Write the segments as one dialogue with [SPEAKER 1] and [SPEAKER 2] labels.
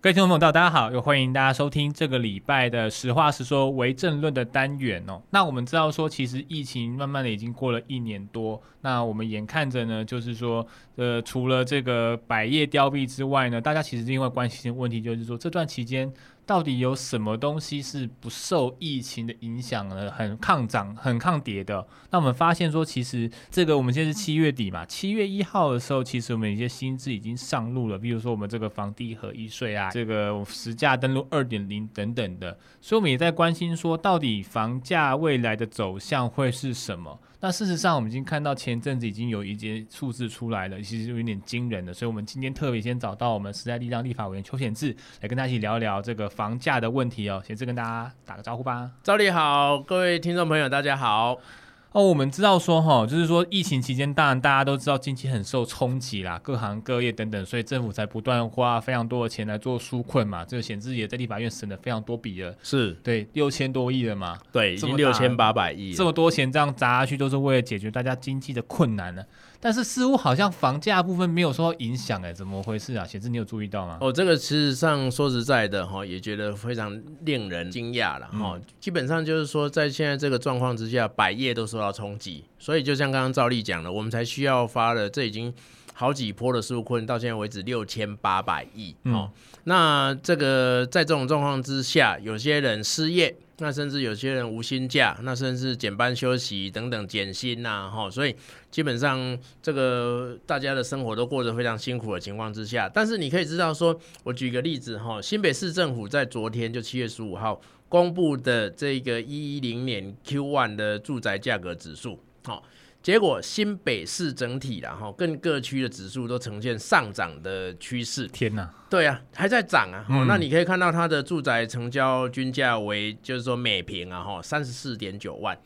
[SPEAKER 1] 各位听众朋友，大家好，又欢迎大家收听这个礼拜的《实话实说为政论》的单元哦。那我们知道说，其实疫情慢慢的已经过了一年多，那我们眼看着呢，就是说，呃，除了这个百业凋敝之外呢，大家其实另外关心的问题就是说，这段期间到底有什么东西是不受疫情的影响呢？很抗涨、很抗跌的哦、那我们发现说，其实这个我们现在是七月底嘛，七月一号的时候，其实我们有一些新制已经上路了，比如说我们这个房地合一税啊，这个实价登录二点零等等的，所以我们也在关心说，到底房价未来的走向会是什么？那事实上，我们已经看到前阵子已经有一些数字出来了，其实有点惊人的，所以我们今天特别先找到我们时代力量立法委员邱显志来跟大家一起聊一聊这个房价的问题哦。显志跟大家打个招呼吧。
[SPEAKER 2] 赵丽好，各位听众朋友，大家好。
[SPEAKER 1] 哦，我们知道说哈，就是说疫情期间，当然大家都知道经济很受冲击啦，各行各业等等，所以政府才不断花非常多的钱来做纾困嘛。这个显志也在立法院省了非常多笔了，
[SPEAKER 2] 是
[SPEAKER 1] 对，六千多亿了嘛，
[SPEAKER 2] 对，已
[SPEAKER 1] 这么
[SPEAKER 2] 经
[SPEAKER 1] 大
[SPEAKER 2] 六千八百亿了，
[SPEAKER 1] 这么多钱这样砸下去，都是为了解决大家经济的困难呢、但是似乎好像房价部分没有受到影响，哎，怎么回事啊？显志，你有注意到吗？
[SPEAKER 2] 哦，这个事实上说实在的哈，也觉得非常令人惊讶
[SPEAKER 1] 嗯
[SPEAKER 2] 了哈。基本上就是说，在现在这个状况之下，百业都受到冲击，所以就像刚刚赵丽讲的，我们才需要发了，这已经好几波的纾困，到现在为止六千八百亿
[SPEAKER 1] 嗯
[SPEAKER 2] 哦。那这个在这种状况之下，有些人失业。那甚至有些人无薪假，那甚至减班休息等等减薪呐、哈，所以基本上这个大家的生活都过得非常辛苦的情况之下，但是你可以知道说，我举个例子哈，新北市政府在昨天就七月十五号公布的这个一一零年 Q one 的住宅价格指数，好、结果新北市整体啦哈，跟各区的指数都呈现上涨的趋势，
[SPEAKER 1] 天哪，
[SPEAKER 2] 对啊，还在涨啊、
[SPEAKER 1] 嗯
[SPEAKER 2] 哦。那你可以看到它的住宅成交均价为，就是说每平啊哈三十四点九万，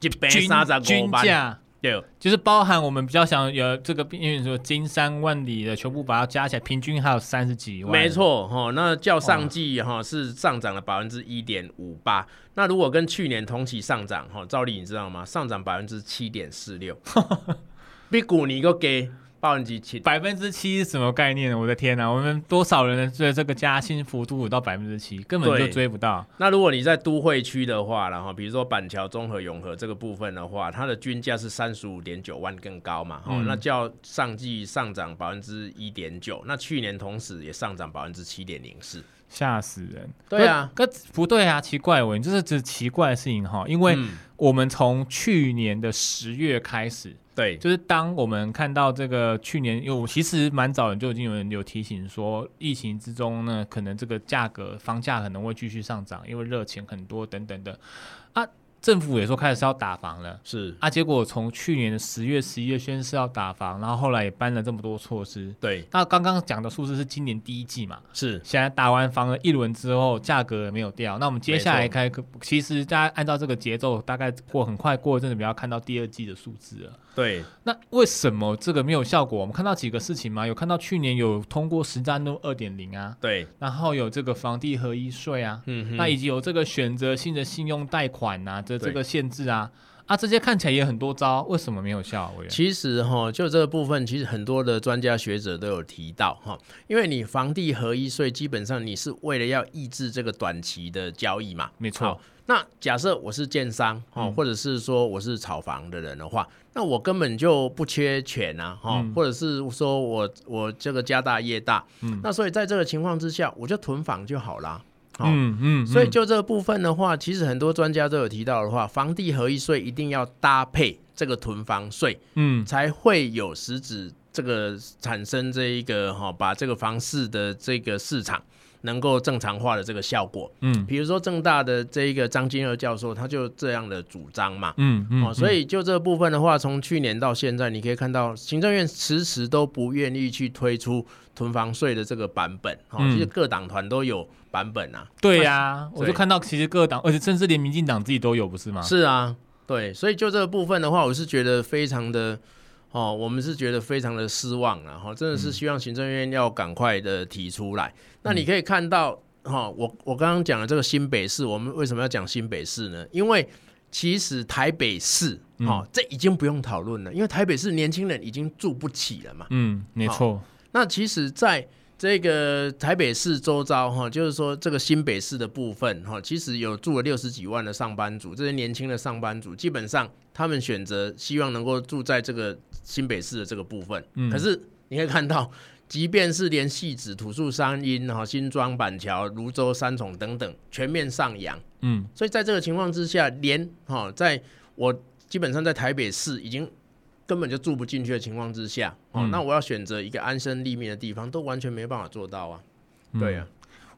[SPEAKER 2] 一百
[SPEAKER 1] 均
[SPEAKER 2] 三十五
[SPEAKER 1] 均
[SPEAKER 2] 万，
[SPEAKER 1] 价。
[SPEAKER 2] 对。
[SPEAKER 1] 就是包含我们比较想有这个，因为说金山万里的全部把它加起来，平均还有三十几万。
[SPEAKER 2] 没，错，哈、那较上季哈、是上涨了百分之一点五八，那如果跟去年同期上涨哈、照例你知道吗？上涨百分之七点四 六，比股你个给百分之七，
[SPEAKER 1] 百分之七是什么概念呢？我的天哪、我们多少人的这这个加薪幅度有到百分之七，根本就
[SPEAKER 2] 对
[SPEAKER 1] 追不到。
[SPEAKER 2] 那如果你在都会区的话，然后比如说板桥、中和、永和这个部分的话，它的均价是三十五点九万更高嘛，哦，那较上季上涨百分之一点九，那去年同时也上涨百分之七点零四，
[SPEAKER 1] 吓死人！
[SPEAKER 2] 对啊
[SPEAKER 1] 可，可不对啊，奇怪，我这是只奇怪的事情哈，
[SPEAKER 2] 啊
[SPEAKER 1] 因为
[SPEAKER 2] 嗯
[SPEAKER 1] 我们从去年的十月开始，
[SPEAKER 2] 对，
[SPEAKER 1] 就是当我们看到这个去年，因为我其实蛮早就已经有人有提醒说，疫情之中呢，可能这个价格房价可能会继续上涨，因为热钱很多等等的啊，政府也说开始要打房了。
[SPEAKER 2] 是，
[SPEAKER 1] 啊，结果从去年的十月、十一月宣誓要打房，然后后来也搬了这么多措施。
[SPEAKER 2] 对，
[SPEAKER 1] 那刚刚讲的数字是今年第一季嘛？
[SPEAKER 2] 是，
[SPEAKER 1] 现在打完房了一轮之后，价格也没有掉。那我们接下来开，其实大家按照这个节奏，大概过很快过一阵子，不要看到第二季的数字了。
[SPEAKER 2] 对，
[SPEAKER 1] 那为什么这个没有效果？我们看到几个事情嘛，有看到去年有通过实战路二点零啊，
[SPEAKER 2] 对，
[SPEAKER 1] 然后有这个房地合一税啊，
[SPEAKER 2] 嗯
[SPEAKER 1] 那以及有这个选择性的信用贷款啊这
[SPEAKER 2] 对
[SPEAKER 1] 这个限制啊，啊这些看起来也很多招，为什么没有效、啊？委员
[SPEAKER 2] 其实哈，就这个部分，其实很多的专家学者都有提到哈，因为你房地合一税，基本上你是为了要抑制这个短期的交易嘛。
[SPEAKER 1] 没错嗯
[SPEAKER 2] 好。那假设我是建商哦，或者是说我是炒房的人的话，那我根本就不缺钱啊，哈、
[SPEAKER 1] 嗯
[SPEAKER 2] 或者是说我我这个家大业大，嗯，那所以在这个情况之下，我就囤房就好啦。好、
[SPEAKER 1] 嗯嗯，
[SPEAKER 2] 所以就这个部分的话，其实很多专家都有提到的话，房地合一税一定要搭配这个囤房税，
[SPEAKER 1] 嗯
[SPEAKER 2] 才会有实质这个产生这一个哈、把这个房市的这个市场能够正常化的这个效果。
[SPEAKER 1] 嗯
[SPEAKER 2] 比如说正大的这一个张金娥教授，他就这样的主张嘛。
[SPEAKER 1] 嗯嗯，
[SPEAKER 2] 哦，所以就这部分的话，从去年到现在，你可以看到行政院迟迟都不愿意去推出囤房税的这个版本。哦，
[SPEAKER 1] 嗯
[SPEAKER 2] 其实各党团都有版本啊。
[SPEAKER 1] 对呀、我就
[SPEAKER 2] 对
[SPEAKER 1] 看到其实各党，而且甚至连民进党自己都有，不是吗？
[SPEAKER 2] 是啊，对，所以就这个部分的话，我是觉得非常的。哦，我们是觉得非常的失望然后、哦、真的是希望行政院要赶快的提出来。那你可以看到，哈、哦，我我刚刚讲的这个新北市，我们为什么要讲新北市呢？因为其实台北市，哦，这已经不用讨论了，因为台北市年轻人已经住不起了嘛。
[SPEAKER 1] 嗯，没错，
[SPEAKER 2] 那其实，在这个台北市周遭哈，就是说这个新北市的部分哈，其实有住了六十几万的上班族，这些年轻的上班族，基本上他们选择希望能够住在这个新北市的这个部分。
[SPEAKER 1] 嗯
[SPEAKER 2] 可是你可以看到，即便是连戏子、土树、山阴哈、新庄、板桥、泸州、三重等等全面上扬，
[SPEAKER 1] 嗯
[SPEAKER 2] 所以在这个情况之下，连哈，在我基本上在台北市已经根本就住不进去的情况之下，哦，
[SPEAKER 1] 嗯
[SPEAKER 2] 那我要选择一个安身立命的地方，都完全没办法做到啊。
[SPEAKER 1] 嗯
[SPEAKER 2] 对啊，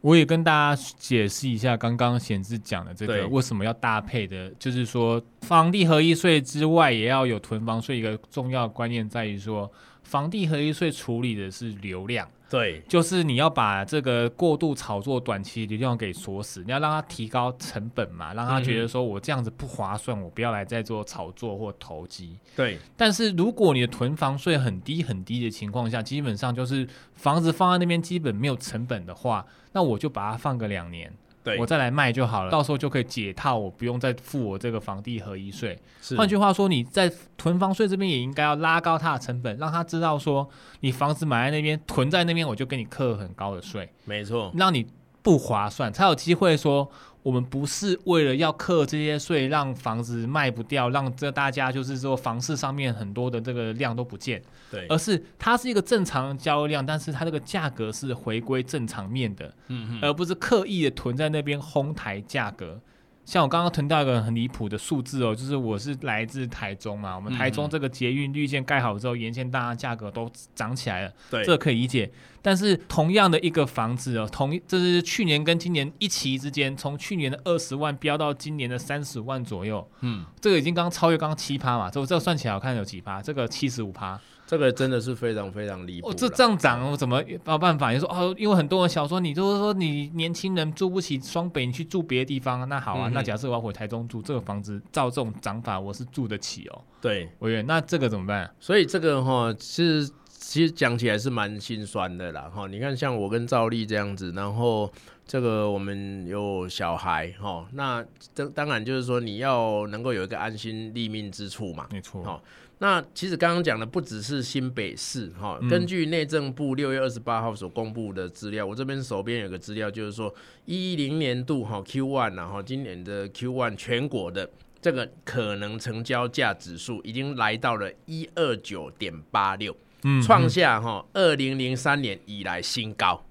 [SPEAKER 1] 我也跟大家解释一下刚刚显志讲的这
[SPEAKER 2] 对
[SPEAKER 1] 个为什么要搭配的，就是说房地合一税之外，也要有囤房税。一个重要观念在于说，房地合一税处理的是流量，
[SPEAKER 2] 对
[SPEAKER 1] 就是你要把这个过度炒作短期流量给锁死，你要让它提高成本嘛，让他觉得说我这样子不划算，我不要来再做炒作或投机。
[SPEAKER 2] 对
[SPEAKER 1] 但是如果你的囤房税很低很低的情况下，基本上就是房子放在那边基本没有成本的话，那我就把它放个两年，
[SPEAKER 2] 对，
[SPEAKER 1] 我再来卖就好了，到时候就可以解套，我不用再付我这个房地合一税。
[SPEAKER 2] 是
[SPEAKER 1] 换句话说，你在囤房税这边也应该要拉高它的成本，让他知道说你房子买在那边囤在那边，我就给你课很高的税，
[SPEAKER 2] 没错，
[SPEAKER 1] 让你不划算，才有机会说。我们不是为了要课这些税，让房子卖不掉，让这大家就是说房市上面很多的这个量都不见，
[SPEAKER 2] 对
[SPEAKER 1] 而是它是一个正常的交易量，但是它这个价格是回归正常面的，
[SPEAKER 2] 嗯嗯，
[SPEAKER 1] 而不是刻意的囤在那边哄抬价格。像我刚刚囤到一个很离谱的数字哦，就是我是来自台中嘛，我们台
[SPEAKER 2] 嗯
[SPEAKER 1] 中这个捷运绿线盖好之后，沿线大家价格都涨起来了，
[SPEAKER 2] 对
[SPEAKER 1] 这可以理解。但是同样的一个房子哦，同这是去年跟今年一期之间，从去年的二十万飙到今年的三十万左右，
[SPEAKER 2] 嗯，这
[SPEAKER 1] 这个已经刚超越刚刚七趴嘛，这这算起来我看有几趴，这个七十五趴，
[SPEAKER 2] 这个真的是非常非常离谱
[SPEAKER 1] 哦，
[SPEAKER 2] 了。
[SPEAKER 1] 这这样涨，我怎么没有办法？你说哦，因为很多人想说，你就是说你年轻人住不起双北，你去住别的地方啊，那好啊，
[SPEAKER 2] 嗯哼
[SPEAKER 1] 那假设我要回台中住，这个房子照这种涨法，我是住得起哦。
[SPEAKER 2] 对，
[SPEAKER 1] 委员，那这个怎么办？啊
[SPEAKER 2] 所以这个哈是其实讲起来是蛮心酸的啦哈。你看像我跟赵丽这样子，然后这个我们有小孩哈，那这当然就是说你要能够有一个安心立命之处嘛。
[SPEAKER 1] 没错
[SPEAKER 2] 好那其实刚刚讲的不只是新北市哈，
[SPEAKER 1] 嗯
[SPEAKER 2] 根据内政部六月二十八号所公布的资料，我这边手边有个资料，就是说一零年度哈 Q one 然后今年的 Q one 全国的这个可能成交价指数已经来到了一二九点八六，
[SPEAKER 1] 嗯
[SPEAKER 2] 创下哈二零零三年以来新高，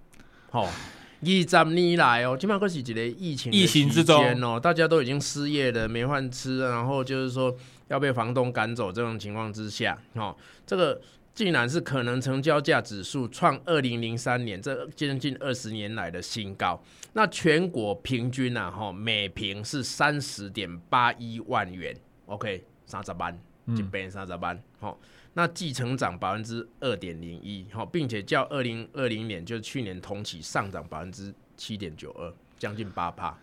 [SPEAKER 2] 吼、二十年来哦，基本上是一个疫情的
[SPEAKER 1] 疫情之
[SPEAKER 2] 期间
[SPEAKER 1] 中
[SPEAKER 2] 哦，大家都已经失业了，没饭吃，然后就是说要被房东赶走这种情况之下，哦，这个竟然是可能成交价指数创二零零三年这将近二十年来的新高。那全国平均啊，哈，每平是三十点八一万元，OK，三十万，
[SPEAKER 1] 嗯
[SPEAKER 2] 一边三十万，好、那继成长百分之二点零一，好，并且较二零二零年就是去年同期上涨百分之七点九二，将近八帕。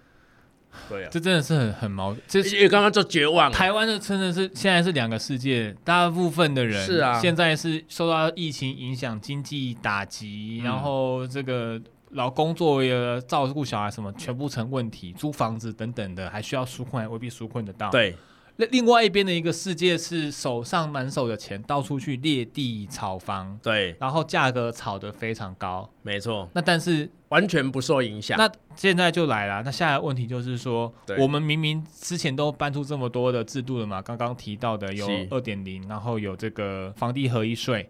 [SPEAKER 2] 对啊，
[SPEAKER 1] 这真的是很很矛，这
[SPEAKER 2] 因为刚刚就绝望啊了，
[SPEAKER 1] 台湾的真的是现在是两个世界，大部分的人
[SPEAKER 2] 是啊
[SPEAKER 1] 现在是受到疫情影响、经济打击，
[SPEAKER 2] 嗯
[SPEAKER 1] 然后这个老工作也照顾小孩什么，全部成问题，租房子等等的，还需要纾困，还未必纾困得到。，
[SPEAKER 2] 对
[SPEAKER 1] 另另外一边的一个世界是手上满手的钱，到处去裂地炒房，
[SPEAKER 2] 对，
[SPEAKER 1] 然后价格炒得非常高。
[SPEAKER 2] 没错，
[SPEAKER 1] 那但是
[SPEAKER 2] 完全不受影响。
[SPEAKER 1] 那现在就来了，那下一个问题就是说
[SPEAKER 2] 对，
[SPEAKER 1] 我们明明之前都搬出这么多的制度了嘛，刚刚提到的有
[SPEAKER 2] 是
[SPEAKER 1] 二点零，然后有这个房地合一税，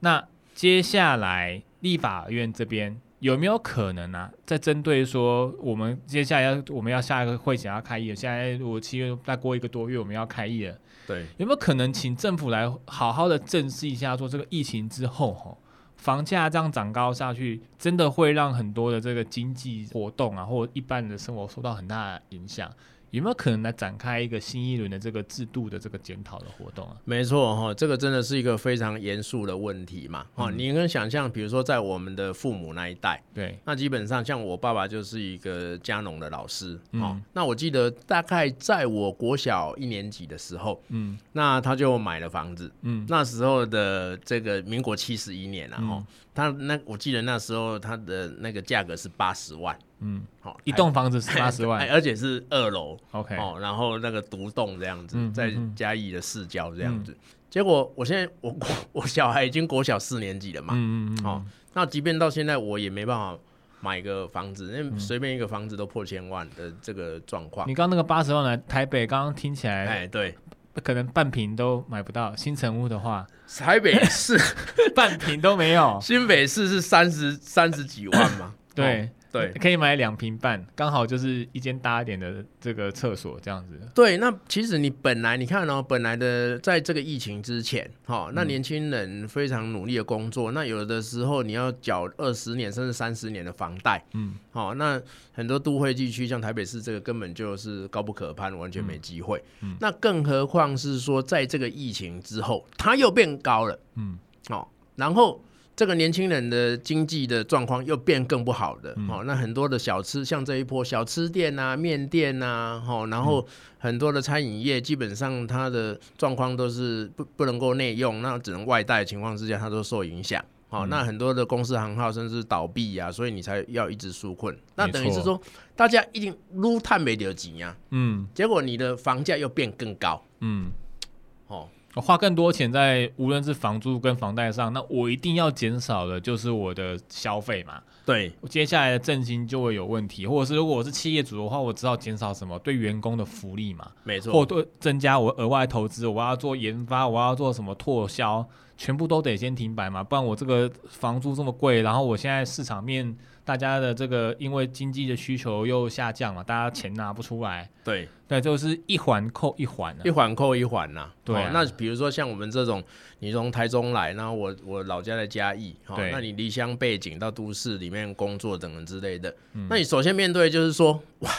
[SPEAKER 1] 那接下来立法院这边。有没有可能啊？在针对说我们接下来要我们要下一个会想要开议了，现在如果七月再过一个多月我们要开议了，
[SPEAKER 2] 对
[SPEAKER 1] 有没有可能请政府来好好的正视一下，说这个疫情之后吼，房价这样涨高下去，真的会让很多的这个经济活动啊，或一般人的生活受到很大的影响。有没有可能来展开一个新一轮的这个制度的这个检讨的活动啊？
[SPEAKER 2] 没错哈、这个真的是一个非常严肃的问题嘛。哦，
[SPEAKER 1] 嗯
[SPEAKER 2] 你能想象，比如说在我们的父母那一代，
[SPEAKER 1] 对，
[SPEAKER 2] 那基本上像我爸爸就是一个家农的老师
[SPEAKER 1] 嗯
[SPEAKER 2] 哦。那我记得大概在我国小一年级的时候，
[SPEAKER 1] 嗯
[SPEAKER 2] 那他就买了房子。
[SPEAKER 1] 嗯
[SPEAKER 2] 那时候的这个民国七十一年啊，
[SPEAKER 1] 嗯
[SPEAKER 2] 哦，他那我记得那时候他的那个价格是八十万，
[SPEAKER 1] 嗯，
[SPEAKER 2] 好、哦，
[SPEAKER 1] 一栋房子 是八十
[SPEAKER 2] 哎
[SPEAKER 1] 万
[SPEAKER 2] 而且是二楼，
[SPEAKER 1] ，OK，嗯
[SPEAKER 2] 哦，然后那个独栋这样子，
[SPEAKER 1] 嗯嗯
[SPEAKER 2] 在
[SPEAKER 1] 嗯
[SPEAKER 2] 嘉义的市 郊这样子。结果我现在我我小孩已经国小四年级了嘛，
[SPEAKER 1] 嗯嗯嗯，
[SPEAKER 2] 哦，那即便到现在，我也没办法买个房子，因为随便一个房子都破千万的这个状况。
[SPEAKER 1] 你刚那个八十万来台北，刚刚听起来
[SPEAKER 2] 哎，对，
[SPEAKER 1] 可能半平都买不到，新城屋的话
[SPEAKER 2] 台北市、
[SPEAKER 1] 半平都没有，
[SPEAKER 2] 新北市是三十三十几万嘛？
[SPEAKER 1] 对。
[SPEAKER 2] 对，
[SPEAKER 1] 可以买两平半，刚好就是一间大一点的这个厕所这样子。
[SPEAKER 2] 对，那其实你本来你看哦，本来的在这个疫情之前，哈、
[SPEAKER 1] 嗯
[SPEAKER 2] 那年轻人非常努力的工作，那有的时候你要缴二十年甚至三十年的房贷，
[SPEAKER 1] 嗯，
[SPEAKER 2] 好、那很多都会地区像台北市这个根本就是高不可攀，完全没机会。
[SPEAKER 1] 嗯嗯
[SPEAKER 2] 那更何况是说在这个疫情之后，它又变高了，
[SPEAKER 1] 嗯，
[SPEAKER 2] 哦，然后这个年轻人的经济的状况又变更不好的、哦，那很多的小吃，像这一波小吃店啊、面店啊，哦，然后很多的餐饮业基本上它的状况都是不不能够内用，那只能外带的情况之下，它都受影响。哦，那很多的公司行号甚至倒闭啊，所以你才要一直纾困。那等于是说，大家一定撸碳没得急呀，
[SPEAKER 1] 嗯
[SPEAKER 2] 结果你的房价又变更高，
[SPEAKER 1] 嗯，
[SPEAKER 2] 哦，
[SPEAKER 1] 我花更多钱在无论是房租跟房贷上，那我一定要减少的就是我的消费嘛。
[SPEAKER 2] 对，
[SPEAKER 1] 我接下来的振兴就会有问题，或者是如果我是企业主的话，我知道减少什么对员工的福利嘛，
[SPEAKER 2] 没错，
[SPEAKER 1] 或对增加我额外投资，我要做研发，我要做什么拓销，全部都得先停摆嘛，不然我这个房租这么贵，然后我现在市场面大家的这个因为经济的需求又下降嘛，大家钱拿不出来，
[SPEAKER 2] 对。
[SPEAKER 1] 对，就是一环扣一环、啊
[SPEAKER 2] 一，环扣一环呐、
[SPEAKER 1] 对啊
[SPEAKER 2] 哦那比如说像我们这种，你从台中来，然后我我老家在嘉义，哦
[SPEAKER 1] 对，
[SPEAKER 2] 那你离乡背景到都市里面工作等等之类的，
[SPEAKER 1] 嗯
[SPEAKER 2] 那你首先面对就是说，哇，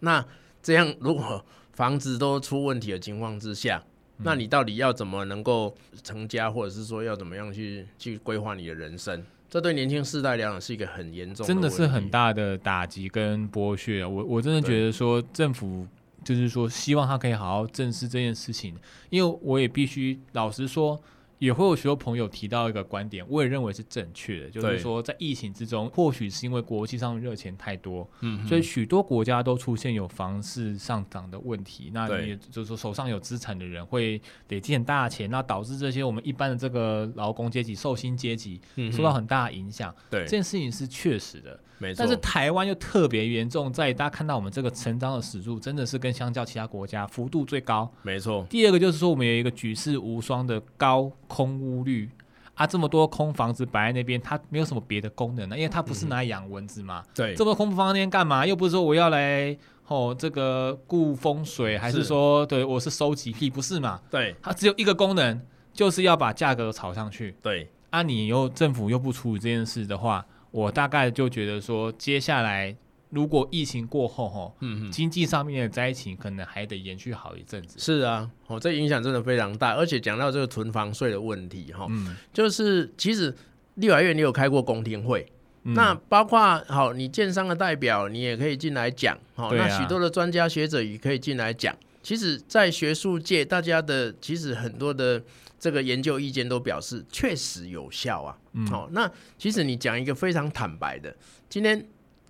[SPEAKER 2] 那这样如果房子都出问题的情况之下。
[SPEAKER 1] 嗯
[SPEAKER 2] 那你到底要怎么能够成家，或者是说要怎么样去去规划你的人生？这对年轻世代来讲是一个很严重的
[SPEAKER 1] 真的是
[SPEAKER 2] 问题
[SPEAKER 1] 很大的打击跟剥削。我我真的觉得说政府就是说希望他可以好好正视这件事情，因为我也必须老实说。也会有许多朋友提到一个观点，我也认为是正确的，就是
[SPEAKER 2] 对
[SPEAKER 1] 说在疫情之中，或许是因为国际上热钱太多，
[SPEAKER 2] 嗯
[SPEAKER 1] 所以许多国家都出现有房市上涨的问题。那
[SPEAKER 2] 对
[SPEAKER 1] 你也就是说手上有资产的人会累积很大的钱，那导致这些我们一般的这个劳工阶级、受薪阶级
[SPEAKER 2] 嗯哼
[SPEAKER 1] 受到很大的影响。
[SPEAKER 2] 对
[SPEAKER 1] 这，件事情是确实的，
[SPEAKER 2] 没错
[SPEAKER 1] 但是，台湾又特别严重，在于大家看到我们这个成长的史数，真的是跟相较其他国家幅度最高。
[SPEAKER 2] 没错，
[SPEAKER 1] 第二个就是说，我们有一个举世无双的高空屋率啊，这么多空房子摆在那边，它没有什么别的功能呢、啊因为它不是拿来养蚊子嘛。
[SPEAKER 2] 对
[SPEAKER 1] 这么空房间干嘛？又不是说我要来哦这个顾风水，还是
[SPEAKER 2] 是
[SPEAKER 1] 说对我是收集癖，不是嘛？
[SPEAKER 2] 对
[SPEAKER 1] 它只有一个功能，就是要把价格炒上去。
[SPEAKER 2] 对，
[SPEAKER 1] 啊，你又政府又不处理这件事的话，我大概就觉得说，接下来如果疫情过后，吼，
[SPEAKER 2] 嗯嗯。
[SPEAKER 1] 经济上面的灾情可能还得延续好一阵子。
[SPEAKER 2] 是啊，哦，这影响真的非常大。而且讲到这个囤房税的问题，哈、
[SPEAKER 1] 嗯，
[SPEAKER 2] 就是其实立法院你有开过公听会，
[SPEAKER 1] 嗯
[SPEAKER 2] 那包括好，你建商的代表你也可以进来讲，哦，
[SPEAKER 1] 对啊
[SPEAKER 2] 那许多的专家学者也可以进来讲。其实，在学术界，大家的其实很多的这个研究意见都表示确实有效啊。
[SPEAKER 1] 嗯
[SPEAKER 2] 哦，那其实你讲一个非常坦白的，今天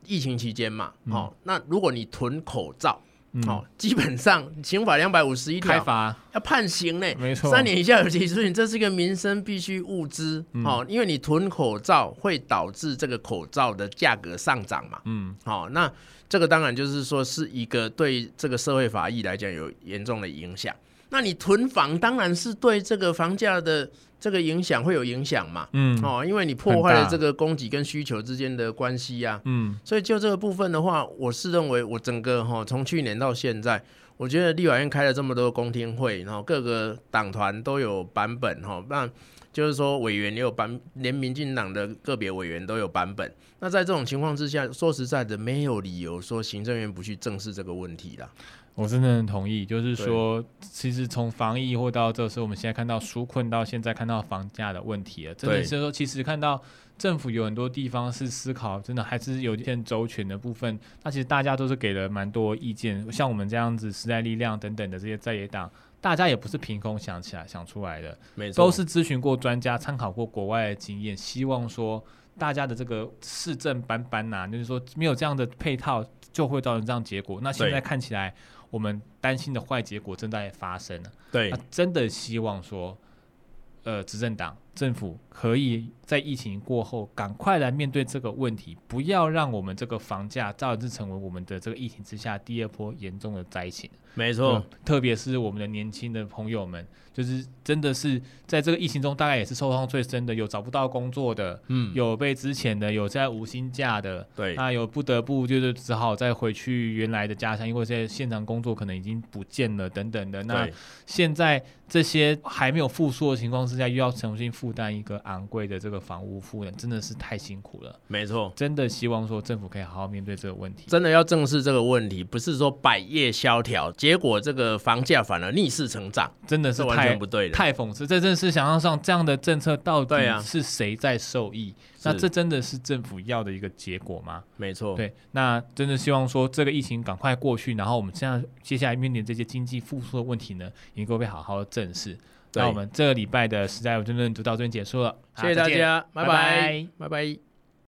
[SPEAKER 2] 疫情期间嘛，哦，那如果你囤口罩，
[SPEAKER 1] 嗯
[SPEAKER 2] 哦，基本上刑法两百五十一条
[SPEAKER 1] 开发，
[SPEAKER 2] 要判刑呢，
[SPEAKER 1] 没错
[SPEAKER 2] 三年以下有期徒刑，这是一个民生必须物资、
[SPEAKER 1] 嗯
[SPEAKER 2] 哦，因为你囤口罩会导致这个口罩的价格上涨嘛，
[SPEAKER 1] 嗯
[SPEAKER 2] 好、哦，那这个当然就是说是一个对这个社会法益来讲有严重的影响。那你囤房当然是对这个房价的这个影响会有影响嘛，
[SPEAKER 1] 嗯
[SPEAKER 2] 哦，因为你破坏
[SPEAKER 1] 很
[SPEAKER 2] 了
[SPEAKER 1] 大
[SPEAKER 2] 这个供给跟需求之间的关系啊呀、
[SPEAKER 1] 嗯
[SPEAKER 2] 所以就这个部分的话，我是认为我整个哈从去年到现在，我觉得立法院开了这么多公听会，然后各个党团都有版本哈，那就是说委员也有版，连民进党的个别委员都有版本。那在这种情况之下，说实在的，没有理由说行政院不去正视这个问题啦。
[SPEAKER 1] 我真的很同意，就是说，其实从防疫或到这时候，我们现在看到纾困，到现在看到房价的问题了，真的
[SPEAKER 2] 对
[SPEAKER 1] 是说，其实看到政府有很多地方是思考，真的还是有一些周全的部分。那其实大家都是给了蛮多意见，像我们这样子时代力量等等的这些在野党，大家也不是凭空想起来想出来的，
[SPEAKER 2] 没错，
[SPEAKER 1] 都是咨询过专家，参考过国外的经验，希望说大家的这个市政斑斑呐、就是说没有这样的配套，就会造成这样结果。那现在
[SPEAKER 2] 对
[SPEAKER 1] 看起来，我们担心的坏结果正在发生了。
[SPEAKER 2] 对
[SPEAKER 1] 那真的希望说，呃，执政党政府可以在疫情过后赶快来面对这个问题，不要让我们这个房价再次成为我们的这个疫情之下第二波严重的灾情。
[SPEAKER 2] 没错，
[SPEAKER 1] 对哦特别是我们的年轻的朋友们，就是真的是在这个疫情中，大概也是受伤最深的，有找不到工作的，
[SPEAKER 2] 嗯，
[SPEAKER 1] 有被之前的，有在无薪假的，
[SPEAKER 2] 对，
[SPEAKER 1] 那有不得不就是只好再回去原来的家乡，因为在现场工作可能已经不见了等等的。那
[SPEAKER 2] 对
[SPEAKER 1] 现在这些还没有复苏的情况之下，又要重新负担一个昂贵的这个房屋负担，真的是太辛苦了。
[SPEAKER 2] 没错，
[SPEAKER 1] 真的希望说政府可以好好面对这个问题。
[SPEAKER 2] 真的要正视这个问题，不是说百业萧条，结果这个房价反而逆势成长，
[SPEAKER 1] 真的
[SPEAKER 2] 这
[SPEAKER 1] 是
[SPEAKER 2] 完
[SPEAKER 1] 太
[SPEAKER 2] 全不对的。
[SPEAKER 1] 太讽刺，这真是想象上这样的政策到
[SPEAKER 2] 对啊
[SPEAKER 1] 底是谁在受益？那
[SPEAKER 2] 是哦
[SPEAKER 1] 这真的是政府要的一个结果吗？
[SPEAKER 2] 没错，
[SPEAKER 1] 对，那真的希望说这个疫情赶快过去，然后我们现在接下来面临这些经济复苏的问题呢，也能够被好好的正视。
[SPEAKER 2] 对
[SPEAKER 1] 那我们这个礼拜的时代有争论就到这边结束了，
[SPEAKER 2] 谢谢大
[SPEAKER 1] 再见，
[SPEAKER 2] 家，拜
[SPEAKER 1] 拜拜
[SPEAKER 2] 拜拜。